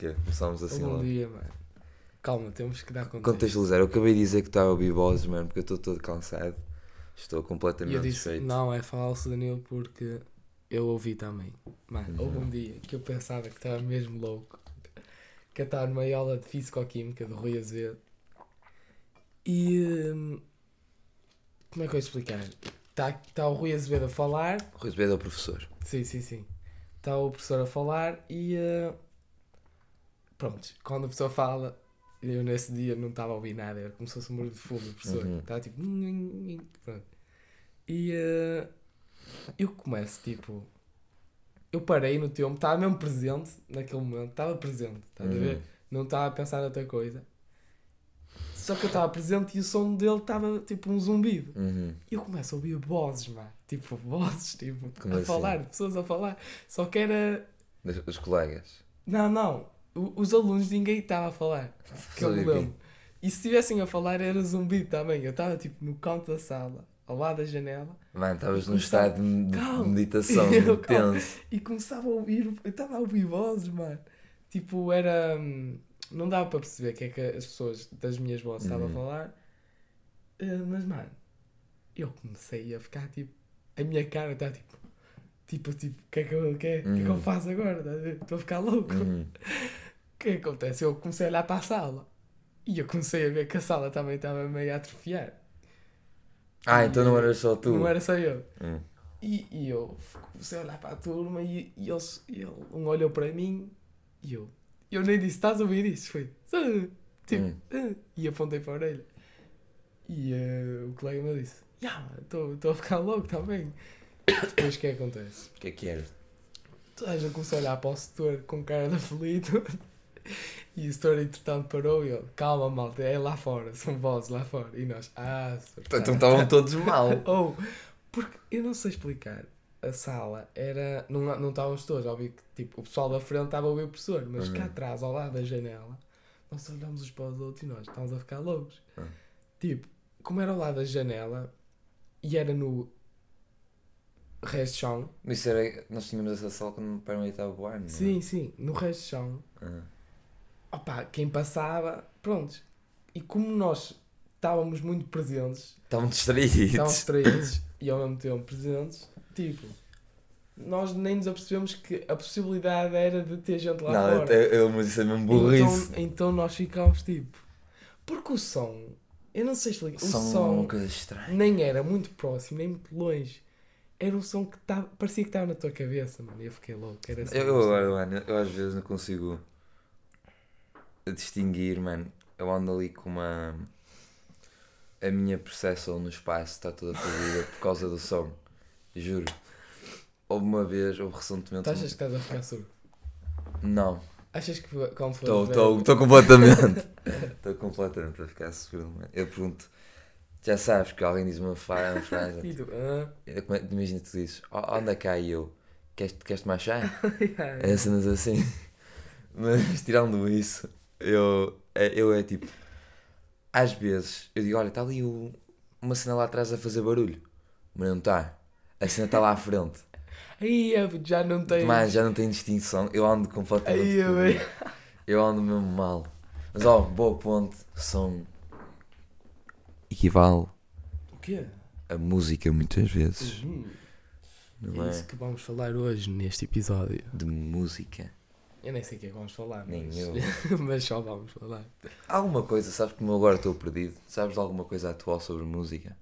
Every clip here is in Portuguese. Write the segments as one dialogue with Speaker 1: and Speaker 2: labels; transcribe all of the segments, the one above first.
Speaker 1: eles assim
Speaker 2: Bom
Speaker 1: lá.
Speaker 2: um dia, mano. Calma, temos que dar contexto.
Speaker 1: Contextualizar, eu acabei de dizer que estava a ouvir vozes, mano, porque eu estou todo cansado. Estou
Speaker 2: E
Speaker 1: completamente
Speaker 2: eu disse,
Speaker 1: desfeito.
Speaker 2: não, é falso, Danilo, porque eu ouvi também. Mano, houve
Speaker 1: Uhum.
Speaker 2: um dia que eu pensava que estava mesmo louco. Que eu estava numa aula de Físico-Química do Rui Azevedo. E... hum, Como é que eu ia explicar? Está tá o Rui Azevedo a falar...
Speaker 1: O Rui Azevedo é o professor.
Speaker 2: Sim, sim, sim. Está o professor a falar e... eh, Pronto, quando a pessoa fala... Eu nesse dia não estava a ouvir nada, era como se fosse um barulho de fundo do professor.
Speaker 1: Uhum.
Speaker 2: Estava tipo... "Nhim, nhim, nhim", Pronto. E eh, eu começo, tipo... Eu parei no tempo, estava mesmo presente naquele momento, estava presente, estás a ver?
Speaker 1: Uhum.
Speaker 2: Não estava a pensar em outra coisa. Só que eu estava presente e o som dele estava tipo um zumbido.
Speaker 1: Uhum.
Speaker 2: E eu começo a ouvir vozes, mano. Tipo, vozes, tipo,
Speaker 1: Como
Speaker 2: a
Speaker 1: assim?
Speaker 2: falar, pessoas a falar. Só que era.
Speaker 1: Dos, dos colegas.
Speaker 2: Não, não. O- Os alunos ninguém estava a falar. Que eu me
Speaker 1: zumbi.
Speaker 2: lembro. E se estivessem a falar era zumbido também. Eu estava tipo no canto da sala, ao lado da janela,
Speaker 1: Mano, estavas num
Speaker 2: Começava-
Speaker 1: estado de, de
Speaker 2: Calma.
Speaker 1: meditação
Speaker 2: Eu-
Speaker 1: intenso.
Speaker 2: e começava a ouvir. Eu estava a ouvir vozes, mano. Tipo, era. hum, Não dava para perceber o que é que as pessoas das minhas vozes estavam
Speaker 1: Uhum.
Speaker 2: a falar. Eh, Mas, mano, eu comecei a ficar tipo. A minha cara está tipo. Tipo, tipo, o que é que eu, o que é, o que é que eu
Speaker 1: Uhum.
Speaker 2: faço agora? Estás a ver? Estou a ficar louco. O
Speaker 1: Uhum.
Speaker 2: que é que acontece? Eu comecei a olhar para a sala. E eu comecei a ver que a sala também estava meio a atrofiar.
Speaker 1: Ah, então não eras só tu.
Speaker 2: Não era só eu.
Speaker 1: Hum.
Speaker 2: E, e eu comecei a olhar para a turma e, e, eles, e ele, um olhou para mim e eu. Eu nem disse, estás a ouvir isso? Foi. "Só", Tipo,
Speaker 1: Hum.
Speaker 2: "Ah", e apontei para a orelha. E eh, o colega me disse, "Ya, estou estou a ficar louco também. Depois o que é que acontece?
Speaker 1: O que é que era?
Speaker 2: Toda a gente começou a olhar para o setor com cara de aflito. E o setor, entretanto, parou e ele, calma, malta, é lá fora, são vozes lá fora. E nós, ah, setor, tá."
Speaker 1: Então estavam todos mal.
Speaker 2: Ou, porque eu não sei explicar. A sala era. Não não estávamos todos, óbvio que tipo, o pessoal da frente estava a ouvir o professor, mas cá
Speaker 1: Uhum.
Speaker 2: atrás, ao lado da janela, nós olhamos uns para os outros e nós estávamos a ficar loucos.
Speaker 1: Uhum.
Speaker 2: Tipo, como era ao lado da janela e era no. resto de chão.
Speaker 1: Mas isso era. Nós tínhamos essa sala quando o meu pai não estava voar, não é?
Speaker 2: Sim, sim, no resto de chão.
Speaker 1: Ah.
Speaker 2: Opa, quem passava, pronto. E como nós estávamos muito presentes,
Speaker 1: Estavam distraídos.
Speaker 2: estavam distraídos e ao mesmo tempo presentes, tipo, nós nem nos apercebemos que a possibilidade era de ter gente lá
Speaker 1: Não,
Speaker 2: fora.
Speaker 1: eu, eu, mas isso é mesmo burrice.
Speaker 2: então, então nós ficámos tipo. Porque o som, eu não sei explicar, o
Speaker 1: São
Speaker 2: som
Speaker 1: uma coisa estranha.
Speaker 2: nem era muito próximo, nem muito longe. Era um som que tava, parecia que estava na tua cabeça, mano. e Eu fiquei louco. Era assim,
Speaker 1: Eu, eu agora, mano, eu às vezes não consigo distinguir, mano. Eu ando ali com uma. A minha percepção no espaço está toda perdida por causa do som. Juro. Houve uma vez, houve recentemente. um-
Speaker 2: Tu achas que estás a ficar surdo?
Speaker 1: Não.
Speaker 2: Achas que quando for
Speaker 1: Estou, estou, estou completamente. Estou completamente a ficar seguro, mano. Eu pergunto. Já sabes que alguém diz uma frase, uma frase.
Speaker 2: E tu, "Hã?"
Speaker 1: Eu come- Imagina tu dizes, "Oh, "Ó, anda cá e eu, queres, queres tomar chá? É cenas assim. Mas tirando isso, eu é, eu é tipo. Às vezes eu digo, olha, está ali o- uma cena lá atrás a fazer barulho. Mas não está. A cena está lá à frente.
Speaker 2: Aí eu já não tenho.
Speaker 1: Mas já não tem distinção. Eu ando completamente.
Speaker 2: Aí eu
Speaker 1: perdido. Eu ando mesmo mal. Mas ó, boa ponte, som equivale
Speaker 2: O quê?
Speaker 1: a música muitas vezes.
Speaker 2: Uhum.
Speaker 1: Não
Speaker 2: é
Speaker 1: é?
Speaker 2: isso que vamos falar hoje neste episódio.
Speaker 1: De música.
Speaker 2: Eu nem sei o que é que vamos falar,
Speaker 1: Nem
Speaker 2: mas,
Speaker 1: eu.
Speaker 2: mas só vamos falar.
Speaker 1: Alguma coisa, sabes como eu agora estou perdido? Sabes alguma coisa atual sobre música?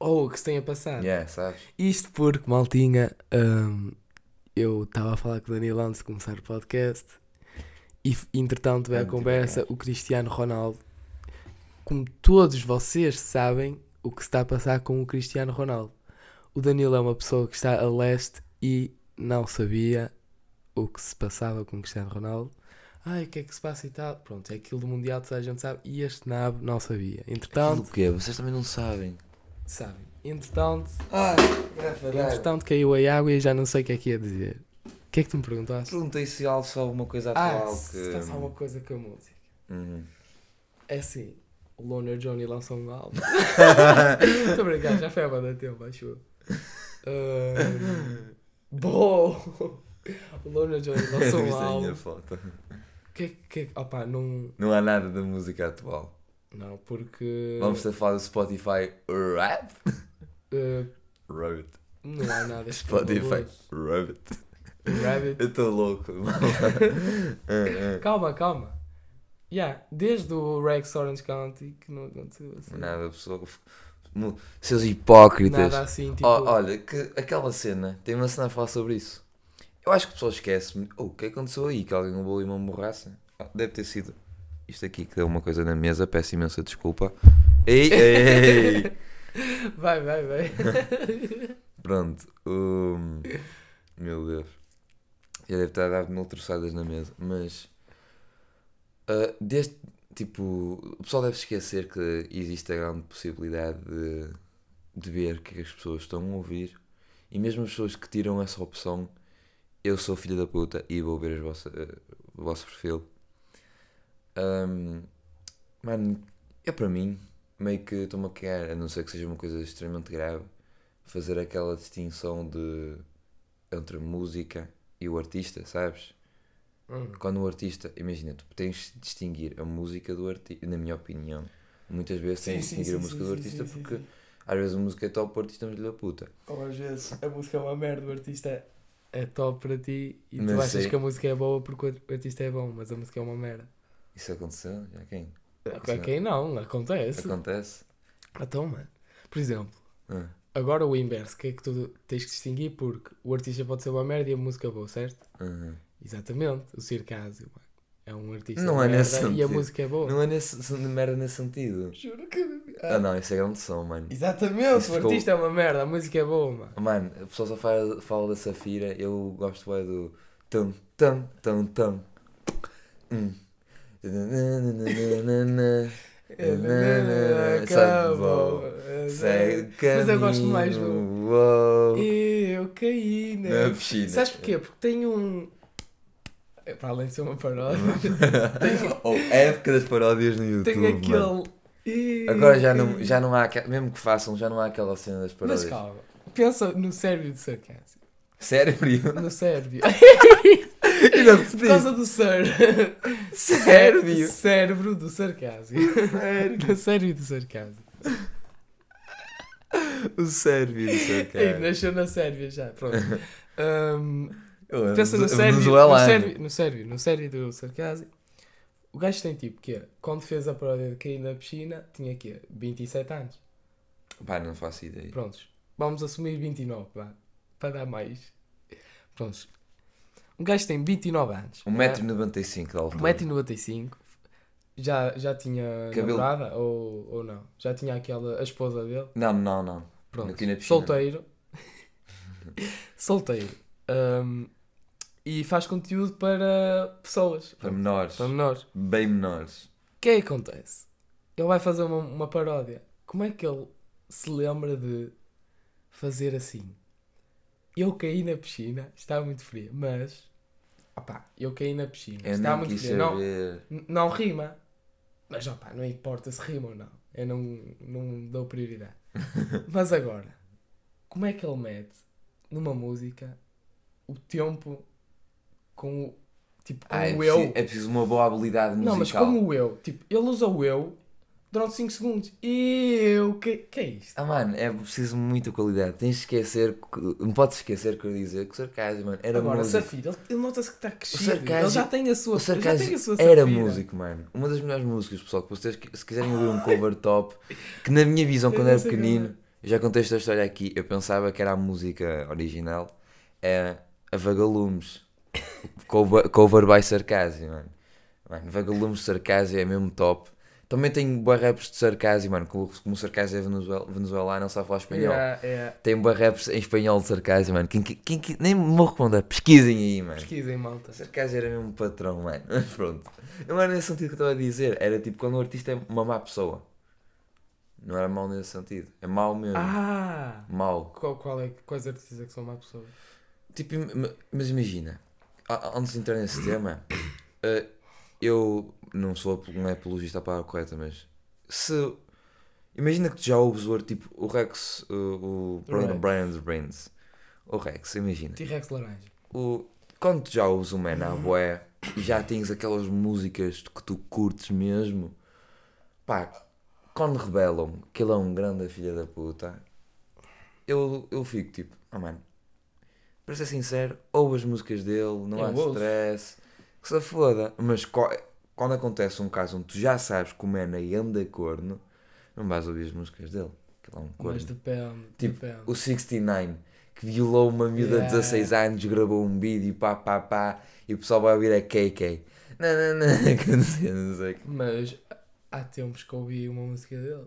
Speaker 2: Ou o que se tenha passado.
Speaker 1: Yeah, sabes?
Speaker 2: Isto porque, maltinha, hum, eu estava a falar com o Danilo antes de começar o podcast e, f- entretanto, veio a
Speaker 1: Antes de
Speaker 2: conversa o Cristiano Ronaldo. Como todos vocês sabem, o que se está a passar com o Cristiano Ronaldo. O Danilo é uma pessoa que está a leste e não sabia o que se passava com o Cristiano Ronaldo. Ai, o que é que se passa e tal? Pronto, é aquilo do Mundial, toda a gente sabe. E este nabo não sabia. Entretanto,
Speaker 1: Aquilo que é, vocês também não sabem.
Speaker 2: sabem. Entretanto,
Speaker 1: Ah, graças
Speaker 2: Entretanto caiu a água e eu já não sei o que é que ia dizer. O que é que tu me perguntaste?
Speaker 1: Perguntei se há só alguma coisa
Speaker 2: Ah,
Speaker 1: atual que.
Speaker 2: se passa alguma coisa com a música.
Speaker 1: Uhum.
Speaker 2: É assim, o Loner Johnny lançou um álbum. Estou a brincar, já foi há bastante tempo, acho eu. Ahm, Bom! O Loner Johnny lançou um
Speaker 1: Viste é a minha
Speaker 2: álbum.
Speaker 1: foto.
Speaker 2: Que, é que, opa, não.
Speaker 1: Não há nada da música atual.
Speaker 2: Não, porque.
Speaker 1: Vamos ter falar do Spotify Rap?
Speaker 2: eh,
Speaker 1: Rabbit.
Speaker 2: não há nada.
Speaker 1: Spotify Rabbit.
Speaker 2: Rabbit.
Speaker 1: Eu estou louco. Ah,
Speaker 2: Calma, calma. Yeah, desde o Rex Orange County que não aconteceu assim.
Speaker 1: ah. nada, pessoal. Mu- Seus hipócritas.
Speaker 2: Nada assim, tipo.
Speaker 1: Ó, olha, que, aquela cena, tem uma cena a falar sobre isso. Eu acho que o pessoal esquece-me. Oh, o que aconteceu aí? Que alguém levou ali uma borraça? Ah, deve ter sido isto aqui que deu uma coisa na mesa. Peço imensa desculpa. Ei, ei!
Speaker 2: Vai, vai, vai.
Speaker 1: Pronto. hum, Meu Deus. Já deve estar a dar mil troçadas na mesa. Mas. ah, deste. Tipo. O pessoal deve esquecer que existe a grande possibilidade de, de ver o que é que as pessoas estão a ouvir. E mesmo as pessoas que tiram essa opção. Eu sou filho da puta e vou ver as vossa- o vosso perfil. Ahm, mano, é para mim. Meio que estou-me a cagar, a não ser que seja uma coisa extremamente grave fazer aquela distinção de entre música e o artista, sabes?
Speaker 2: Hum,
Speaker 1: Quando o artista, imagina, tu tens de distinguir a música do artista, na minha opinião. Muitas vezes tens de distinguir a música do artista
Speaker 2: sim,
Speaker 1: porque
Speaker 2: sim.
Speaker 1: às vezes a música é top, o artista é um filho da puta.
Speaker 2: Ou às vezes a música é uma merda, o artista é- é top para ti e tu
Speaker 1: Mas
Speaker 2: achas
Speaker 1: sim.
Speaker 2: que a música é boa porque o ar- o artista é bom, mas a música é uma merda.
Speaker 1: Isso aconteceu? Já quem?
Speaker 2: A quem não, acontece.
Speaker 1: é? Acontece?
Speaker 2: Então, mano. Por exemplo,
Speaker 1: Ah,
Speaker 2: agora o inverso, que é que tu tens que distinguir porque o artista pode ser uma merda e a música é boa, certo?
Speaker 1: ah.
Speaker 2: Exatamente. O Circásio mano, é um artista
Speaker 1: Não
Speaker 2: de
Speaker 1: é nesse
Speaker 2: merda e a
Speaker 1: sentido.
Speaker 2: música é boa.
Speaker 1: Não é nesse, se- de merda nesse sentido.
Speaker 2: Juro que.
Speaker 1: Ah não, isso é grande som, mano.
Speaker 2: Exatamente,
Speaker 1: Isso
Speaker 2: o
Speaker 1: ficou-
Speaker 2: artista é uma merda, a música é boa, mano.
Speaker 1: Mano, a pessoa só fala, fala da Safira, eu gosto bem do tam tam tam tam. Hum.
Speaker 2: É, né, Acabou.
Speaker 1: Segue
Speaker 2: Mas eu gosto mais do-
Speaker 1: caminho, uou.
Speaker 2: né. Eu caí na.
Speaker 1: Na piscina.
Speaker 2: Sabes porquê? Porque tem um. É, Para além de ser uma paródia, tem,
Speaker 1: Ou época das paródias no YouTube.
Speaker 2: tem
Speaker 1: mano.
Speaker 2: aquele. "Ih,
Speaker 1: Agora já
Speaker 2: eu
Speaker 1: não,
Speaker 2: caí".
Speaker 1: já não há, aqua- mesmo que façam, já não é há aquela cena das paródias.
Speaker 2: Mas calma, pensa no Sérvio de Sarcasmo.
Speaker 1: Sério, Brio?
Speaker 2: No Sérvio.
Speaker 1: E não
Speaker 2: Por
Speaker 1: repeti.
Speaker 2: causa do Ser.
Speaker 1: Sérvio?
Speaker 2: Cérebro do Sarcasmo. No Sérvio do Sarcasmo.
Speaker 1: O Sérvio, não sei o que é.
Speaker 2: Ei, Nasceu na Sérvia já, pronto. Ahm,
Speaker 1: Eu era
Speaker 2: Pensa no
Speaker 1: vene-
Speaker 2: Sérvio, no
Speaker 1: venezuelano.
Speaker 2: Sérvio, no Sérvio, no Sérvio do Sarcasmo. O gajo tem tipo, que Quando fez a paródia de cair na piscina, tinha é, quê? 27 anos.
Speaker 1: Pá, não faço ideia.
Speaker 2: Prontos. Vamos assumir 29, vá. Para dar mais. Prontos. Um gajo tem 29 anos.
Speaker 1: 1,95m de altura.
Speaker 2: 1,95m. Já, já tinha
Speaker 1: Cabelo-
Speaker 2: namorada ou, ou não? Já tinha aquela, a esposa dele?
Speaker 1: Não, não, não.
Speaker 2: Pronto.
Speaker 1: Aqui na piscina.
Speaker 2: Solteiro. Solteiro. Ahm, e faz conteúdo para pessoas.
Speaker 1: Para menores.
Speaker 2: Para menores.
Speaker 1: Bem menores.
Speaker 2: O que é que acontece? Ele vai fazer uma, uma paródia. Como é que ele se lembra de fazer assim? Eu caí na piscina, está muito fria, mas. Opá, eu caí na piscina,
Speaker 1: Eu
Speaker 2: está
Speaker 1: nem
Speaker 2: muito
Speaker 1: quis
Speaker 2: fria. Não,
Speaker 1: saber.
Speaker 2: n- não rima, mas opá, não importa se rima ou não. Eu não, não dou prioridade. mas agora, como é que ele mete numa música o tempo com o. Tipo, com
Speaker 1: Ah, é,
Speaker 2: o
Speaker 1: preciso,
Speaker 2: eu.
Speaker 1: é preciso uma boa habilidade musical.
Speaker 2: Não, mas como o eu, tipo, ele usa o eu durante 5 segundos. E eu, que, que é isto?
Speaker 1: Ah, mano, é preciso muita qualidade. Tens de esquecer... que- Não podes esquecer o que eu ia dizer. Que o sarcasmo, mano, era
Speaker 2: Agora,
Speaker 1: músico.
Speaker 2: Safira, ele, ele nota-se que está crescido.
Speaker 1: Sarcasmo-
Speaker 2: ele já tem a
Speaker 1: O
Speaker 2: sua ele já tem a
Speaker 1: sarcasmo
Speaker 2: sua
Speaker 1: era
Speaker 2: Safira.
Speaker 1: músico, mano. Uma das melhores músicas, pessoal. Que vocês, se quiserem ouvir um cover top, que na minha visão,
Speaker 2: Eu
Speaker 1: quando
Speaker 2: não
Speaker 1: era
Speaker 2: sei é. qual
Speaker 1: pequenino, eu já contei esta história aqui, eu pensava que era a música original, é a Vagalumes. cover, cover by Sarcasmo, mano. Mano, Vagalumes de Sarcasmo é mesmo top. Também tenho boa raps de sarcasmo, mano. Como como o sarcasmo é venezuel- venezuelano, ele sabe falar espanhol.
Speaker 2: Yeah, yeah.
Speaker 1: Tem boa raps em espanhol de sarcasmo, mano. Quem, quem, quem- nem me vou responder. Pesquisem aí, mano.
Speaker 2: Pesquisem, malta.
Speaker 1: Sarcasmo era mesmo um patrão, mano. Mas pronto. Não era nesse sentido que eu estava a dizer. Era tipo quando o artista é uma má pessoa. Não era mau nesse sentido. É mau mesmo.
Speaker 2: Ah!
Speaker 1: Mau.
Speaker 2: Qual, qual é, quais artistas é que são má pessoa?
Speaker 1: Tipo, im- ma- mas imagina. a- Antes de entrar nesse tema, eh, eu não sou ap- não é apologista à palavra correta, mas se. Imagina que tu já ouves o ar- tipo o Rex, o, o Brian,
Speaker 2: Rex.
Speaker 1: Brian the Brains. O Rex, imagina.
Speaker 2: T-Rex Laranja.
Speaker 3: Uhum.
Speaker 1: O, quando tu já ouves o Man à boé, e já tens aquelas músicas que tu curtes mesmo. Pá, quando rebelam que ele é um grande filha da puta, eu, eu fico tipo, ah mano, para ser sincero, ouve as músicas dele, não
Speaker 3: Eu
Speaker 1: há
Speaker 3: ouço.
Speaker 1: stress, que se foda. Mas co- quando acontece um caso onde tu já sabes que o Mena anda corno, não vais ouvir as músicas dele, que ele é um corno.
Speaker 2: Mas depende,
Speaker 1: Tipo,
Speaker 2: depende.
Speaker 1: O 69, que violou uma miúda
Speaker 2: Yeah.
Speaker 1: de 16 anos, gravou um vídeo, pá, pá, pá, e o pessoal vai ouvir a KK. Não, não, não, que não sei, não sei. o quê.
Speaker 2: Mas há tempos que ouvi uma música dele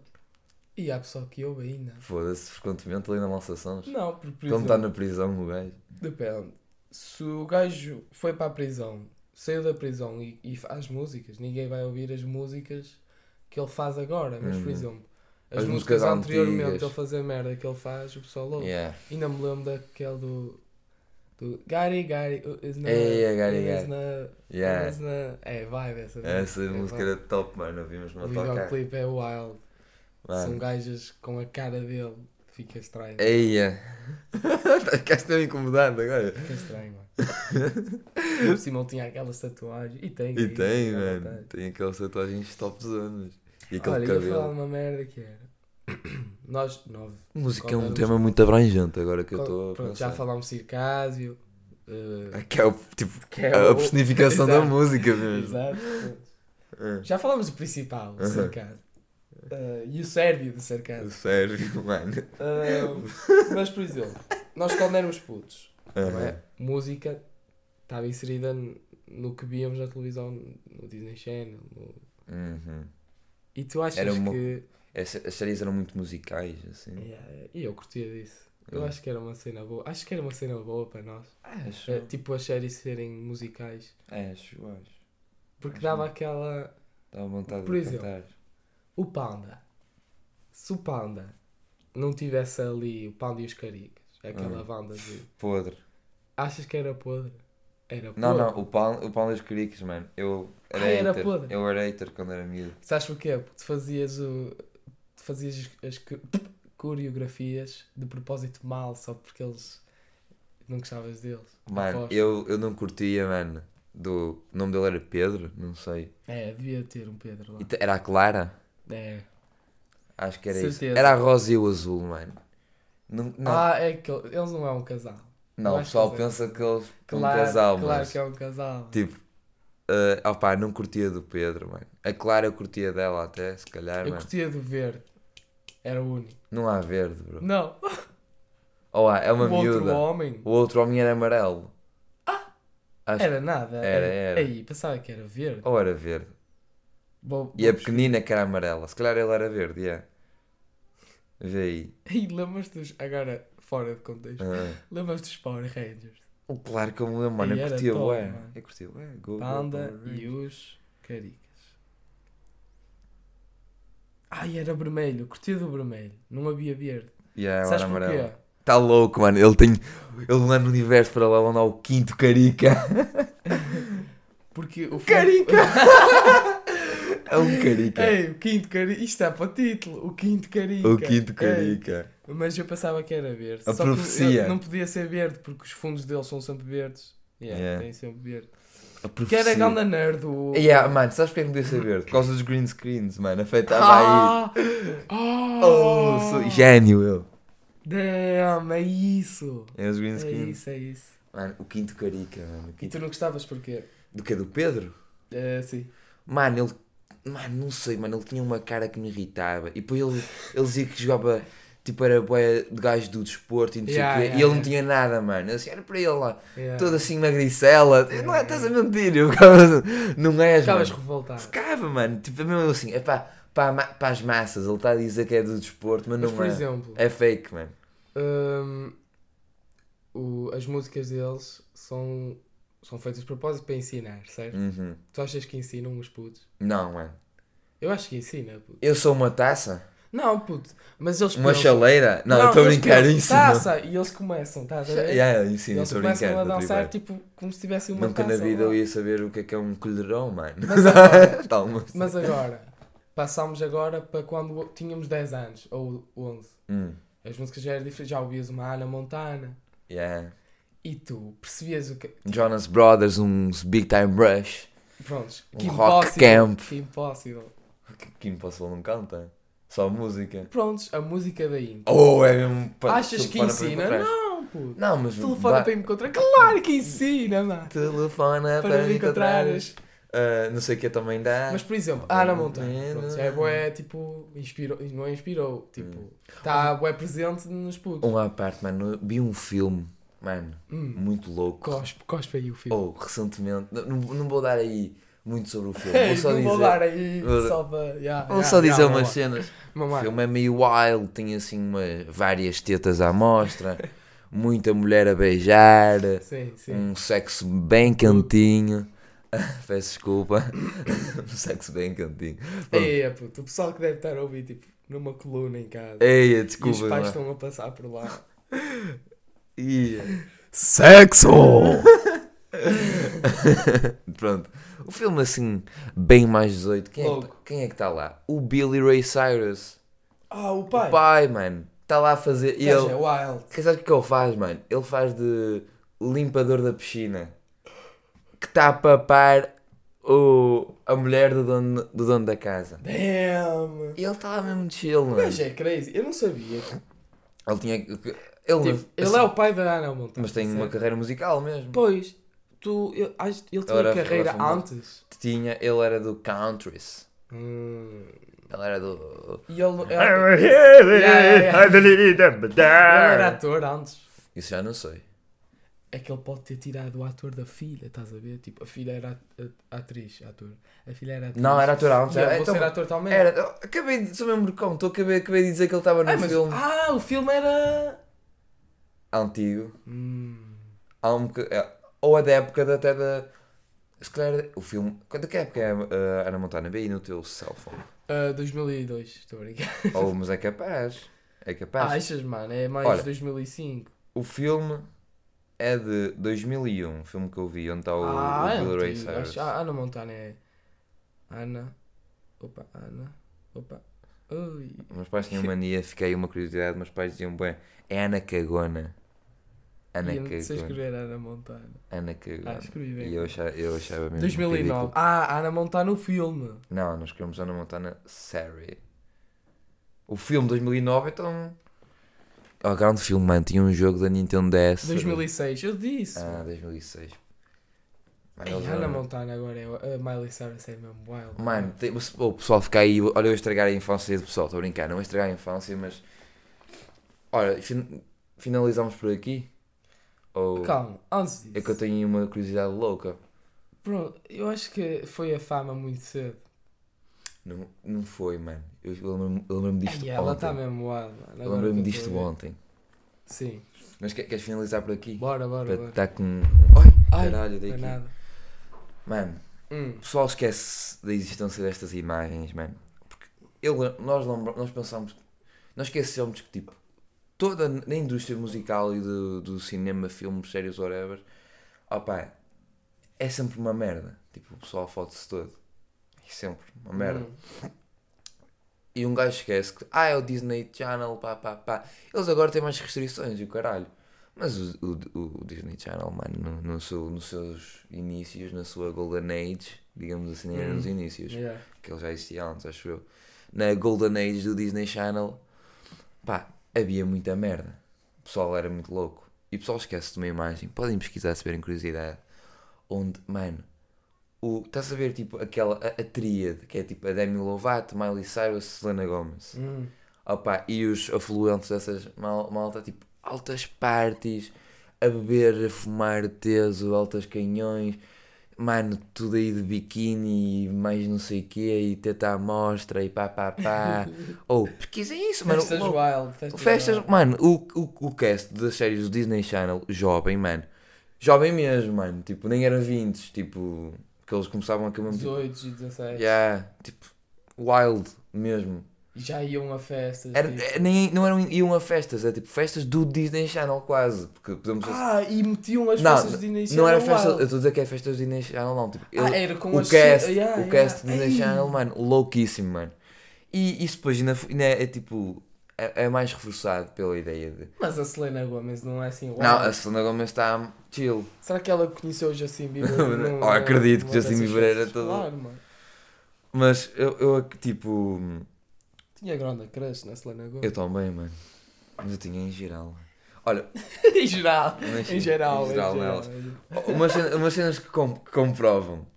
Speaker 2: e há pessoal que ouve ainda.
Speaker 1: Foda-se, frequentemente ali na Malsação.
Speaker 2: Não, porque
Speaker 1: Quando está
Speaker 2: por exemplo,
Speaker 1: tá na prisão o gajo.
Speaker 2: depende. Se o gajo foi para a prisão, saiu da prisão e, e faz músicas, ninguém vai ouvir as músicas que ele faz agora. Mas por
Speaker 1: Uhum.
Speaker 2: exemplo, as,
Speaker 1: As
Speaker 2: músicas,
Speaker 1: músicas
Speaker 2: anteriormente,
Speaker 1: antigas.
Speaker 2: ele fazer merda que ele faz, o pessoal ouve.
Speaker 1: Yeah.
Speaker 2: Ainda me lembro daquele do. do Gary Gary. uh, Is na,
Speaker 1: Ei, Gary,
Speaker 2: is
Speaker 1: Gary.
Speaker 2: na-
Speaker 1: Yeah.
Speaker 2: is na- É, vibe essa
Speaker 1: Essa
Speaker 2: é
Speaker 1: música
Speaker 2: vibe.
Speaker 1: era top, mano. Ouvimos
Speaker 2: O
Speaker 1: uma toca.
Speaker 2: videoclipe é wild. São
Speaker 1: Mano.
Speaker 2: gajas com a cara dele. Fica estranho.
Speaker 1: Eia. Ficaste tão incomodado agora.
Speaker 2: Fica estranho, mano. E Por cima ele tinha aquelas tatuagens. E tem.
Speaker 1: E tem,
Speaker 2: aquela
Speaker 1: mano.
Speaker 2: tatuagem.
Speaker 1: Tem aquelas tatuagens top anos. E aquele
Speaker 2: Olha, ia falar de
Speaker 1: cabelo.
Speaker 2: uma merda que era. Nós, nove.
Speaker 1: Música é
Speaker 2: qual
Speaker 1: um
Speaker 2: era o-
Speaker 1: tema muito abrangente agora que eu estou
Speaker 2: Qual-
Speaker 1: a
Speaker 2: Pronto, já
Speaker 1: pensar.
Speaker 2: falámos circásio. eh,
Speaker 1: Que é o tipo
Speaker 2: que é
Speaker 1: a
Speaker 2: o-
Speaker 1: personificação da
Speaker 2: Exato.
Speaker 1: música mesmo.
Speaker 2: Exato.
Speaker 1: É.
Speaker 2: Já falámos do principal, o
Speaker 1: Aham.
Speaker 2: sarcasmo. Ah, e o sérvio do sarcasmo.
Speaker 1: Sério, É. mano.
Speaker 2: Ah, mas, por exemplo, nós quando éramos putos, não
Speaker 1: Aham.
Speaker 2: é? música estava inserida n- no que víamos na televisão, no Disney Channel. no-
Speaker 1: Uhum.
Speaker 2: E tu achas
Speaker 1: Era uma-
Speaker 2: que...
Speaker 1: Essa- As séries eram muito musicais, assim.
Speaker 2: Yeah, E eu curtia disso. Eu
Speaker 1: Hum.
Speaker 2: acho que era uma cena boa. Acho que era uma cena boa para nós.
Speaker 1: Acho.
Speaker 2: Eh, tipo as séries serem musicais.
Speaker 1: É, Acho, acho.
Speaker 2: Porque
Speaker 1: Acho
Speaker 2: dava
Speaker 1: bem.
Speaker 2: aquela...
Speaker 1: Dá vontade
Speaker 2: Por
Speaker 1: de
Speaker 2: exemplo.
Speaker 1: cantar.
Speaker 2: O Panda. Se o Panda não tivesse ali o Panda e os Caricas, aquela
Speaker 1: Hum.
Speaker 2: banda de.
Speaker 1: Podre.
Speaker 2: Achas que era podre? Era podre.
Speaker 1: Não, não, o Paulo, o Paulo dos Caricas, mano. Eu era
Speaker 2: Ah, era
Speaker 1: hater.
Speaker 2: podre.
Speaker 1: Eu era hater quando era miúdo.
Speaker 2: Sabes porquê? Porque tu fazias o. Tu fazias as, as cu- coreografias de propósito mal, só porque eles não gostavas deles.
Speaker 1: Mano,
Speaker 2: Aposto.
Speaker 1: eu, eu não curtia, mano. Do... O nome dele era Pedro, não sei.
Speaker 2: É, devia ter um Pedro lá.
Speaker 1: E te- Era a Clara?
Speaker 2: É.
Speaker 1: Acho que era
Speaker 2: Certeza.
Speaker 1: isso. Era a Rosa e o Azul, mano. Não, não,
Speaker 2: Ah, é que ele- eles não é um casal.
Speaker 1: não,
Speaker 2: eu
Speaker 1: o
Speaker 2: acho
Speaker 1: pessoal
Speaker 2: que-
Speaker 1: pensa que eles são um
Speaker 2: Claro,
Speaker 1: casal,
Speaker 2: claro
Speaker 1: mas.
Speaker 2: que é um casal.
Speaker 1: Tipo, ah opá, não curtia do Pedro, mano. A Clara eu curtia dela até, se calhar,
Speaker 2: eu
Speaker 1: mano.
Speaker 2: curtia de ver. Era o único.
Speaker 1: Não há verde, bro.
Speaker 2: Não,
Speaker 1: Ou há, é uma
Speaker 2: o outro
Speaker 1: miúda.
Speaker 2: homem.
Speaker 1: O outro homem era amarelo. Ah! Acho...
Speaker 2: Era nada.
Speaker 1: Era, era.
Speaker 2: Aí, pensava que era verde.
Speaker 1: Ou era verde.
Speaker 2: Bom,
Speaker 1: E é a pequenina que era amarela. Se calhar ele era verde, é. Vê aí.
Speaker 2: E lembras-te, dos- agora fora de contexto,
Speaker 1: Ah.
Speaker 2: lembras-te dos Power Rangers?
Speaker 1: Claro que eu me lembro, mano.
Speaker 2: E
Speaker 1: Eu
Speaker 2: era
Speaker 1: curtia
Speaker 2: top,
Speaker 1: bué.
Speaker 2: mano.
Speaker 1: Eu curtia bué. Go, go,
Speaker 2: Panda
Speaker 1: Power
Speaker 2: e
Speaker 1: Rangers.
Speaker 2: os Caricas. Ai, era vermelho, curtia do vermelho, não havia verde.
Speaker 1: Yeah, ela
Speaker 2: Sabes
Speaker 1: era amarela.
Speaker 2: porquê?
Speaker 1: Tá louco, mano. Ele tem. Ele lá no universo paralelo onde há o quinto carica.
Speaker 2: Porque o
Speaker 1: Carica! é um carica.
Speaker 2: Ei, o quinto carica, isto está para título, o quinto carica.
Speaker 1: o quinto
Speaker 2: Ei,
Speaker 1: carica.
Speaker 2: mas eu pensava que era verde.
Speaker 1: A
Speaker 2: Só que eu-
Speaker 1: profecia.
Speaker 2: não podia ser verde, porque os fundos deles são sempre verdes. Yeah,
Speaker 1: Yeah.
Speaker 2: Tem sempre verde.
Speaker 1: A
Speaker 2: Que
Speaker 1: profecia.
Speaker 2: era a é ganda nerd o...
Speaker 1: Yeah, mano, sabes porque é que não podia saber? Por causa dos green screens, mano. Afetava aí.
Speaker 2: Ah!
Speaker 1: tá Oh,
Speaker 2: Oh!
Speaker 1: sou gênio eu.
Speaker 2: Damn, é isso!
Speaker 1: É os green
Speaker 2: É
Speaker 1: screens.
Speaker 2: isso, é isso.
Speaker 1: Mano, o quinto carica, mano. O
Speaker 2: E
Speaker 1: quinto-
Speaker 2: tu não gostavas porquê?
Speaker 1: Do que? Do Pedro?
Speaker 2: Eh, sim.
Speaker 1: Mano, ele. Mano, não sei, mano. Ele tinha uma cara que me irritava. E depois ele, ele dizia que jogava. Tipo, era boia de gajo do desporto e não sei o
Speaker 2: Yeah,
Speaker 1: quê.
Speaker 2: yeah,
Speaker 1: e ele não
Speaker 2: yeah.
Speaker 1: tinha nada, mano. Eu disse, olha para ele lá.
Speaker 2: Yeah.
Speaker 1: todo assim magricela. Não é, estás a mentir, eu ficava assim, não és,
Speaker 2: Ficavas
Speaker 1: mano.
Speaker 2: revoltado.
Speaker 1: Ficava, mano, tipo, mesmo eu assim, é pá, para, as massas, ele está a dizer que é do desporto, mas,
Speaker 2: Mas,
Speaker 1: não
Speaker 2: por
Speaker 1: é.
Speaker 2: exemplo,
Speaker 1: É fake, mano.
Speaker 2: hum, o- as músicas deles são, são feitas de propósito para ensinar, certo?
Speaker 1: Uhum.
Speaker 2: Tu achas que ensinam os putos?
Speaker 1: Não, mano.
Speaker 2: Eu acho que ensina, puto.
Speaker 1: Eu sou uma taça?
Speaker 2: Não, puto, mas Tipo, eles
Speaker 1: Uma
Speaker 2: pensam-
Speaker 1: chaleira? Não, estou a
Speaker 2: eles
Speaker 1: brincar,
Speaker 2: pensam,
Speaker 1: isso não.
Speaker 2: Taça! E eles começam, estás a ver?
Speaker 1: Yeah, eu ensino,
Speaker 2: eles
Speaker 1: estou a
Speaker 2: começam
Speaker 1: brincar.
Speaker 2: a
Speaker 1: estou a
Speaker 2: dançar,
Speaker 1: brincar.
Speaker 2: tipo, como se tivesse uma
Speaker 1: Nunca na
Speaker 2: taça
Speaker 1: vida
Speaker 2: lá.
Speaker 1: eu ia saber o que é que é um colherão, mano.
Speaker 2: Mas agora-
Speaker 1: Tá uma-
Speaker 2: Mas agora, passámos agora para quando tínhamos 10 anos, ou 11.
Speaker 1: Hum,
Speaker 2: As músicas já eram diferentes, já ouvias uma Ana Montana.
Speaker 1: yeah.
Speaker 2: E tu percebias o que.
Speaker 1: Jonas Brothers, uns Big Time Rush.
Speaker 2: Prontos,
Speaker 1: Um
Speaker 2: que
Speaker 1: rock
Speaker 2: impossível.
Speaker 1: camp.
Speaker 2: Que impossível.
Speaker 1: Que- Que impossível não canta. Só música.
Speaker 2: Prontos, a música da Índia.
Speaker 1: Oh, é mesmo. pa-
Speaker 2: Achas que
Speaker 1: telefona para mim
Speaker 2: ensina?
Speaker 1: para trás.
Speaker 2: Não, puto.
Speaker 1: Não, mas.
Speaker 2: Telefona
Speaker 1: ba-
Speaker 2: para encontrar. Claro que ensina, mano.
Speaker 1: Telefona
Speaker 2: Para
Speaker 1: para
Speaker 2: me
Speaker 1: me
Speaker 2: encontrares.
Speaker 1: encontrares. Ah, não sei o que também dá.
Speaker 2: Mas por exemplo, ah, na montanha. Pronto, já é boé, tipo, inspirou, não inspirou. Tipo,
Speaker 1: É.
Speaker 2: está boé presente nos putos.
Speaker 1: Um à parte, mano. eu Vi um filme, mano,
Speaker 2: Hum,
Speaker 1: muito louco.
Speaker 2: cospe, cospe aí o filme.
Speaker 1: Ou recentemente. Não, não- não vou dar aí muito sobre o filme.
Speaker 2: Ei,
Speaker 1: vou só
Speaker 2: não
Speaker 1: dizer.
Speaker 2: vou dar aí,
Speaker 1: vou-
Speaker 2: só para. Yeah,
Speaker 1: Vou
Speaker 2: yeah,
Speaker 1: só dizer
Speaker 2: yeah,
Speaker 1: umas
Speaker 2: vamos lá.
Speaker 1: cenas.
Speaker 2: Vamos
Speaker 1: O
Speaker 2: lá.
Speaker 1: filme é meio wild, tem assim uma, várias tetas à mostra, muita mulher a beijar,
Speaker 2: Sim, sim.
Speaker 1: um sexo bem cantinho. Peço desculpa. um sexo bem cantinho.
Speaker 2: É, puto, o pessoal que deve estar a ouvir, tipo, numa coluna em casa.
Speaker 1: Eia,
Speaker 2: e os
Speaker 1: É, desculpa.
Speaker 2: pais
Speaker 1: mano.
Speaker 2: estão a passar por lá.
Speaker 1: Ia.
Speaker 2: Sexo!
Speaker 1: Pronto. O filme assim, bem mais 18. Quem é, que,
Speaker 2: Louco.
Speaker 1: quem é que está lá? O Billy Ray Cyrus.
Speaker 2: Ah, o
Speaker 1: O
Speaker 2: pai.
Speaker 1: pai, mano. Está lá a fazer.
Speaker 2: Gajo
Speaker 1: Ele,
Speaker 2: é wild.
Speaker 1: Que sabe o que ele faz, mano? Ele faz de limpador da piscina que está a papar o, a mulher do dono, do dono da casa.
Speaker 2: Damn!
Speaker 1: E ele está lá mesmo chill,
Speaker 2: O
Speaker 1: mano.
Speaker 2: gajo é crazy. Eu não sabia.
Speaker 1: Ele tinha. que-
Speaker 2: Tipo,
Speaker 1: Ele,
Speaker 2: ele é o pai da Ana Montanha.
Speaker 1: assim Mas tem uma
Speaker 2: certo?
Speaker 1: carreira musical mesmo.
Speaker 2: Pois, tu, eu, acho- ele tinha
Speaker 1: Ora,
Speaker 2: carreira
Speaker 1: ora, famoso.
Speaker 2: antes.
Speaker 1: Tinha, ele era do Countries.
Speaker 2: Hum.
Speaker 1: Ele era do.
Speaker 2: E ele, ele,
Speaker 1: I'm
Speaker 2: ele yeah,
Speaker 1: here,
Speaker 2: yeah.
Speaker 1: I believe in the
Speaker 2: era
Speaker 1: dark.
Speaker 2: ator antes.
Speaker 1: Isso já não sei.
Speaker 2: É que ele pode ter tirado o ator da filha, estás a ver? Tipo, a filha era at- atriz, ator. A filha era atriz.
Speaker 1: Não, era ator antes,
Speaker 2: E ele,
Speaker 1: era-
Speaker 2: vou
Speaker 1: então-
Speaker 2: ser ator também.
Speaker 1: Era, eu acabei de. Sou mesmo de conto, eu acabei, acabei de dizer que ele estava num
Speaker 2: Ah, mas-
Speaker 1: filme
Speaker 2: ah, o filme era...
Speaker 1: antigo.
Speaker 2: Hum.
Speaker 1: há um boca- é, ou é da época da- até da. Se calhar o filme. Quando que época é eh, Ana Montana? Vê aí no teu cell phone.
Speaker 2: Ah, 2002, estou a brincar.
Speaker 1: oh, mas é capaz. É capaz.
Speaker 2: Achas, mano? É mais
Speaker 1: Olha.
Speaker 2: 2005.
Speaker 1: O filme é de 2001, o filme que eu vi, onde está o,
Speaker 2: ah,
Speaker 1: o
Speaker 2: é
Speaker 1: Bill Ray
Speaker 2: antigo,
Speaker 1: Cyrus.
Speaker 2: acho- ah, Ana Montana é... Ana... Opa, Ana... Opa... Ui.
Speaker 1: Meus pais tinham mania, fiquei uma curiosidade, meus pais diziam, bem, é Ana Cagona. Ana
Speaker 2: e eu não sei
Speaker 1: Cagona.
Speaker 2: escrever Ana Montana.
Speaker 1: Ana Cagona.
Speaker 2: Ah, escrevi bem.
Speaker 1: E eu um achava, eu achava mesmo
Speaker 2: 2009.
Speaker 1: ridículo.
Speaker 2: Ah, Ana Montana o filme.
Speaker 1: Não, nós queremos Ana Montana série. O filme 2009, então. Oh, grande filme, mano. Tinha um jogo da Nintendo DS.
Speaker 2: 2006, eu disse.
Speaker 1: Ah,
Speaker 2: mano.
Speaker 1: 2006. Mano,
Speaker 2: Ei,
Speaker 1: eles
Speaker 2: Ana
Speaker 1: eram-
Speaker 2: Montana agora é. A Miley Cyrus é mesmo wild.
Speaker 1: Mano, tem- o pessoal fica aí. Olha, eu estragar a infância do pessoal, estou a brincar. Não vou estragar a infância, mas. Ora, fin- finalizamos por aqui? Ou.
Speaker 2: Calma, antes disso.
Speaker 1: É que eu tenho uma curiosidade louca.
Speaker 2: Bro, eu acho que foi a fama muito cedo.
Speaker 1: Não, não foi, mano. Eu eu lembro-me eu lembro-me disto
Speaker 2: Ei, ela
Speaker 1: ontem.
Speaker 2: está mesmo wild, mano.
Speaker 1: eu
Speaker 2: agora que
Speaker 1: lembro-me
Speaker 2: eu
Speaker 1: disto
Speaker 2: tô a ver.
Speaker 1: ontem.
Speaker 2: Sim,
Speaker 1: Mas que- queres finalizar por aqui?
Speaker 2: bora, bora,
Speaker 1: Para
Speaker 2: bora.
Speaker 1: estar com. Ai,
Speaker 2: Ai,
Speaker 1: caralho,
Speaker 2: não é
Speaker 1: daqui.
Speaker 2: nada.
Speaker 1: Mano,
Speaker 2: Hum,
Speaker 1: o pessoal esquece da existência destas imagens, mano. Porque eu, nós, lembra- nós pensamos. Nós esquecemos que, tipo, toda na indústria musical e do, do cinema, filmes, séries, whatever, opá, é sempre uma merda. Tipo, o pessoal fode-se todo. É sempre uma merda.
Speaker 2: hum.
Speaker 1: E um gajo esquece que, ah, é o Disney Channel, pá, pá, pá. Eles agora têm mais restrições e o caralho. Mas o, o, o Disney Channel, mano, no, no seu- nos seus inícios, na sua Golden Age, digamos assim, era
Speaker 2: Hum.
Speaker 1: nos inícios,
Speaker 2: Yeah.
Speaker 1: que ele já existia antes, acho eu. Na Golden Age do Disney Channel, pá, havia muita merda. O pessoal era muito louco. E o pessoal esquece de uma imagem, podem pesquisar se tiverem curiosidade, onde, mano, o, estás a ver, tipo, aquela, a, a tríade, que é tipo a Demi Lovato, Miley Cyrus, Selena Gomez.
Speaker 2: Hum.
Speaker 1: Opa, e os afluentes dessas mal, malta, tipo, altas parties, a beber, a fumar teso, altas canhões, mano, tudo aí de biquíni e mais não sei o quê, e teta à mostra e pá pá pá. Ou pesquisem isso, mano.
Speaker 2: Festas
Speaker 1: Logo-
Speaker 2: wild, festas,
Speaker 1: Tipo, Festas,
Speaker 2: wild.
Speaker 1: mano, o, o, o cast das séries do Disney Channel, jovem, mano. Jovem mesmo, mano. Tipo, nem era 20, tipo, que eles começavam a caminhar. Tipo,
Speaker 2: 18 e 17.
Speaker 1: yeah, tipo, wild mesmo.
Speaker 2: E Já iam a festas.
Speaker 1: Era,
Speaker 2: tipo.
Speaker 1: eh, nem, não eram iam a festas, é tipo festas do Disney Channel quase. Porque podemos.
Speaker 2: Ah, e metiam as
Speaker 1: Não,
Speaker 2: festas de Disney
Speaker 1: não era
Speaker 2: Channel
Speaker 1: festa, eu
Speaker 2: wild.
Speaker 1: estou a dizer que é festas do Disney Channel, não. Tipo, ele-
Speaker 2: ah, era com
Speaker 1: o
Speaker 2: as
Speaker 1: cast,
Speaker 2: yeah,
Speaker 1: o cast
Speaker 2: yeah.
Speaker 1: do
Speaker 2: Ei.
Speaker 1: Disney Channel, mano, louquíssimo, mano. E isso depois ainda, f- ainda é tipo é, é mais reforçado pela ideia de.
Speaker 2: Mas a Selena Gomez não é assim. uau.
Speaker 1: Não, a Selena Gomez está chill.
Speaker 2: Será que ela conheceu o Justin Bieber?
Speaker 1: Oh, acredito que
Speaker 2: numa
Speaker 1: Justin
Speaker 2: dessas
Speaker 1: Bieber era
Speaker 2: festas?
Speaker 1: todo-
Speaker 2: é assim Claro, mano.
Speaker 1: Mas eu, eu tipo.
Speaker 2: Tinha grande crush na Selena
Speaker 1: Eu
Speaker 2: Gomez.
Speaker 1: também, mano. Mas eu tinha em geral. Olha,
Speaker 2: em geral.
Speaker 1: mas-
Speaker 2: Em geral, em geral.
Speaker 1: nelas. Oh, Umas, cen- umas cenas que, com- que comprovam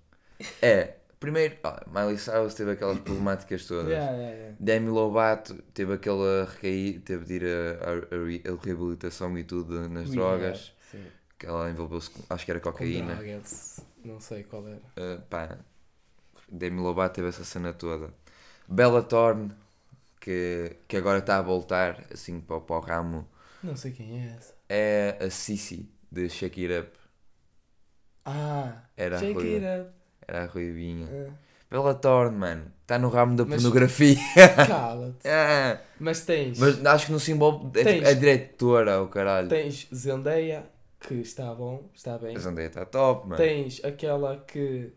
Speaker 1: é, primeiro, ah, Miley Cyrus teve aquelas problemáticas todas.
Speaker 2: Yeah, yeah, yeah.
Speaker 1: Demi Lovato teve aquela recaída, teve de ir a, a- a re- a reabilitação e tudo nas
Speaker 2: Yeah,
Speaker 1: drogas.
Speaker 2: sim.
Speaker 1: Que ela envolveu-se, com- acho que era
Speaker 2: Com
Speaker 1: cocaína.
Speaker 2: drogas. Não sei qual era.
Speaker 1: Uh, pá, Demi Lovato teve essa cena toda. Bella Thorne, que, que agora está a voltar assim para, o- para o ramo,
Speaker 2: Não sei quem é essa.
Speaker 1: é a Sissy de Shake It Up.
Speaker 2: Ah,
Speaker 1: Era a
Speaker 2: Shake
Speaker 1: ruiva.
Speaker 2: It Up.
Speaker 1: Era a ruivinha.
Speaker 2: Ah.
Speaker 1: Bella Thorne, mano, está no ramo da
Speaker 2: Mas-
Speaker 1: pornografia.
Speaker 2: Cala-te.
Speaker 1: Ah,
Speaker 2: Mas tens,
Speaker 1: mas acho que no símbolo é,
Speaker 2: Tens-
Speaker 1: é diretora, o caralho.
Speaker 2: tens Zendaya, que está bom, está bem.
Speaker 1: A Zendaya está top, mano.
Speaker 2: Tens aquela que.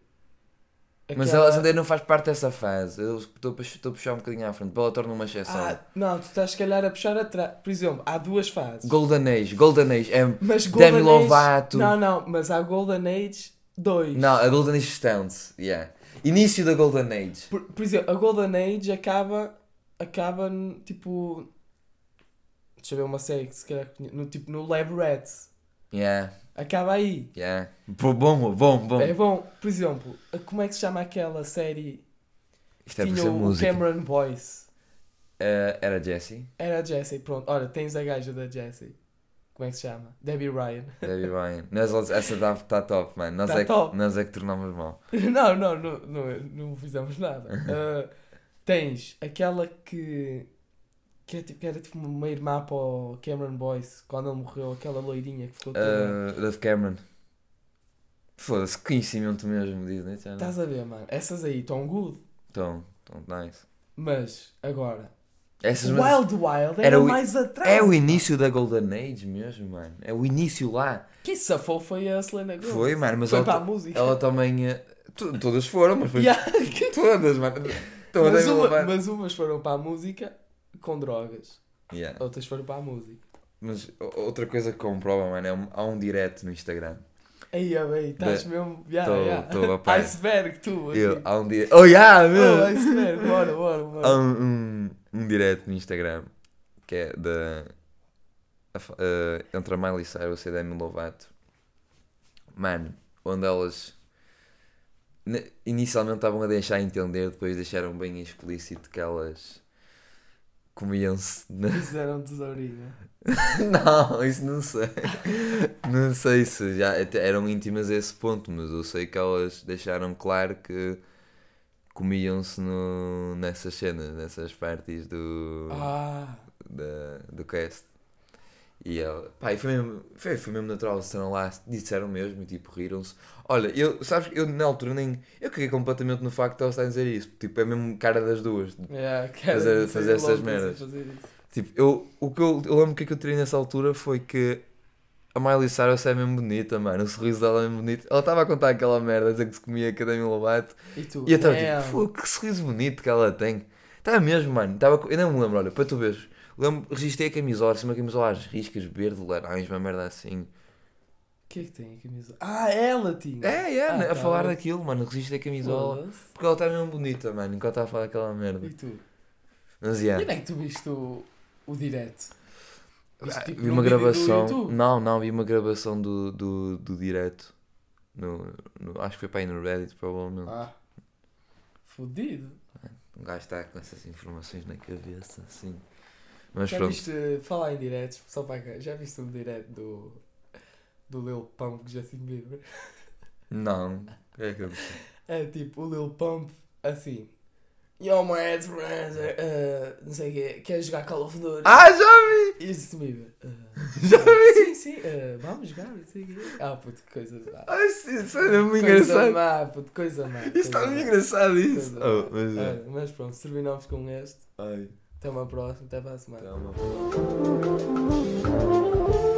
Speaker 1: é. Mas ela, a Zendaya não faz parte dessa fase. Eu estou a pux- estou a puxar um bocadinho à frente. Bella Thorne é uma exceção.
Speaker 2: Ah, não, tu estás se calhar a puxar atrás. Por exemplo, há duas fases.
Speaker 1: Golden Age, Golden Age. É...
Speaker 2: Mas
Speaker 1: Demi
Speaker 2: Golden Age-
Speaker 1: Lovato.
Speaker 2: Não, não, mas há Golden Age 2.
Speaker 1: Não, a Golden Age Stunts. Yeah. Início da Golden Age.
Speaker 2: Por, por exemplo, a Golden Age acaba. Acaba no, tipo. Deixa eu ver uma série que se calhar. conhe- No, tipo, no Lab Rats.
Speaker 1: Yeah,
Speaker 2: Acaba aí.
Speaker 1: yeah. Bom, bom, bom. bom.
Speaker 2: É bom. Por exemplo, a- como é que se chama aquela série
Speaker 1: Isto
Speaker 2: que
Speaker 1: é para
Speaker 2: tinha
Speaker 1: ser
Speaker 2: o
Speaker 1: música.
Speaker 2: Cameron Boyce?
Speaker 1: Eh, era Jesse,
Speaker 2: Era a Jessie, pronto. Olha, tens a gaja da Jessie. Como é que se chama? Debbie Ryan.
Speaker 1: Debbie Ryan. Nós, essa está top, mano. Nós,
Speaker 2: Tá
Speaker 1: é que,
Speaker 2: top.
Speaker 1: nós é que tornamos mal.
Speaker 2: não, não, não, não, não fizemos nada. Ah, tens aquela que. Que, é tipo- que era tipo uma irmã para o Cameron Boyce quando ele morreu, aquela loirinha que ficou toda.
Speaker 1: Eh, Dove Cameron. Foda-se, que conhecimento mesmo, Disney Channel.
Speaker 2: Estás a ver, mano? Essas aí estão good,
Speaker 1: Tão, tão nice.
Speaker 2: mas agora.
Speaker 1: Essas mas-
Speaker 2: Wild Wild era,
Speaker 1: Era o-
Speaker 2: mais atrás.
Speaker 1: É o início da Golden Age mesmo, mano. É o início lá.
Speaker 2: Quem se safou foi a Selena Gomez.
Speaker 1: Foi, mano, mas
Speaker 2: Foi
Speaker 1: ela,
Speaker 2: para a música.
Speaker 1: ela também. eh, tu- todas foram, mas foi.
Speaker 2: Yeah.
Speaker 1: Todas, mano. Estão a
Speaker 2: mas,
Speaker 1: Demi
Speaker 2: uma-
Speaker 1: Lovato.
Speaker 2: mas umas foram para a música com drogas,
Speaker 1: Yeah.
Speaker 2: outras foram para a música.
Speaker 1: Mas o- outra coisa que comprova, mano, é um, há um direct no Instagram.
Speaker 2: Aí, ah, bem, estás
Speaker 1: Bem,
Speaker 2: mesmo. Yeah,
Speaker 1: tô-
Speaker 2: yeah.
Speaker 1: tô a par.
Speaker 2: Iceberg, tu. aqui.
Speaker 1: Eu, há um direct. Oh, yeah,
Speaker 2: Oh,
Speaker 1: meu!
Speaker 2: iceberg, bora, bora, bora.
Speaker 1: Há um, um, um direct no Instagram que é da. a fa- eh, entre a Miley Cyrus e a Demi Lovato. Mano, onde elas. ne- Inicialmente estavam a deixar entender, depois deixaram bem explícito que elas comiam-se na,
Speaker 2: Fizeram um tesourinha.
Speaker 1: Não, isso não sei. Não sei se já até eram íntimas a esse ponto, mas eu sei que elas deixaram claro que comiam-se no- nessas cenas, nessas partes do,
Speaker 2: Ah,
Speaker 1: da- do cast. E ela, pá, e foi mesmo, foi, foi mesmo natural, eles estavam lá, disseram mesmo e tipo riram-se. Olha, eu, sabes, eu na altura nem. Eu caguei completamente no facto de elas estarem a dizer isso. Tipo, é mesmo cara das duas.
Speaker 2: yeah, é, quero
Speaker 1: Fazer-
Speaker 2: dizer
Speaker 1: fazer essas
Speaker 2: logo que
Speaker 1: merdas.
Speaker 2: sei fazer isso.
Speaker 1: Tipo, eu, o que eu, eu lembro o que é que eu tirei nessa altura foi que a Miley Cyrus é mesmo bonita, mano. O sorriso dela é mesmo bonito. Ela estava a contar aquela merda, a dizer que se comia com a Demi Lovato.
Speaker 2: E tu?
Speaker 1: E eu estava
Speaker 2: damn.
Speaker 1: tipo, "Pô, que sorriso bonito que ela tem. Estava mesmo, mano. Estava, co- eu nem me lembro, olha, para tu veres. Lembro, registrei a camisola, assim, uma camisola às riscas, verde, laranja, uma merda assim.
Speaker 2: O que é que tem a camisa? Ah, ela tinha.
Speaker 1: É, é,
Speaker 2: Ah,
Speaker 1: a
Speaker 2: tá.
Speaker 1: falar daquilo, mano. Registrei a camisola.
Speaker 2: Foda-se.
Speaker 1: Porque ela está mesmo bonita, mano, enquanto estava a falar aquela merda.
Speaker 2: E tu?
Speaker 1: Mas,
Speaker 2: E
Speaker 1: yeah.
Speaker 2: onde é que tu viste o, o direto? Viste,
Speaker 1: Ah,
Speaker 2: tipo,
Speaker 1: vi
Speaker 2: num
Speaker 1: uma
Speaker 2: vídeo do
Speaker 1: gravação.
Speaker 2: YouTube?
Speaker 1: Não, não, vi uma gravação do, do, do direto. No, no- acho que foi para aí no Reddit, provavelmente.
Speaker 2: Ah, fodido.
Speaker 1: Um gajo está com essas informações na cabeça, assim. Mas
Speaker 2: Já
Speaker 1: pronto.
Speaker 2: viste, falar em diretos, só para cá, já viste um direto do, do Lil Pump Justin Bieber?
Speaker 1: Não. É que eu-
Speaker 2: É tipo o Lil Pump, assim. Yo, my ass, uh, não sei o quê, quer jogar Call of Duty?
Speaker 1: Ah, já vi!
Speaker 2: E Justin Bieber. ah,
Speaker 1: Já vi!
Speaker 2: sim, sim, ah, vamos jogar, não sei o quê. Ah, puto, que coisa má.
Speaker 1: Ai, sim, isso é muito
Speaker 2: Coisa
Speaker 1: engraçado.
Speaker 2: má, puto, coisa má.
Speaker 1: Isso está muito engraçado, isso. Oh, mas é.
Speaker 2: mas, mas pronto, terminamos com este.
Speaker 1: Ai,
Speaker 2: Até uma próxima, até para a semana.
Speaker 1: tá uma-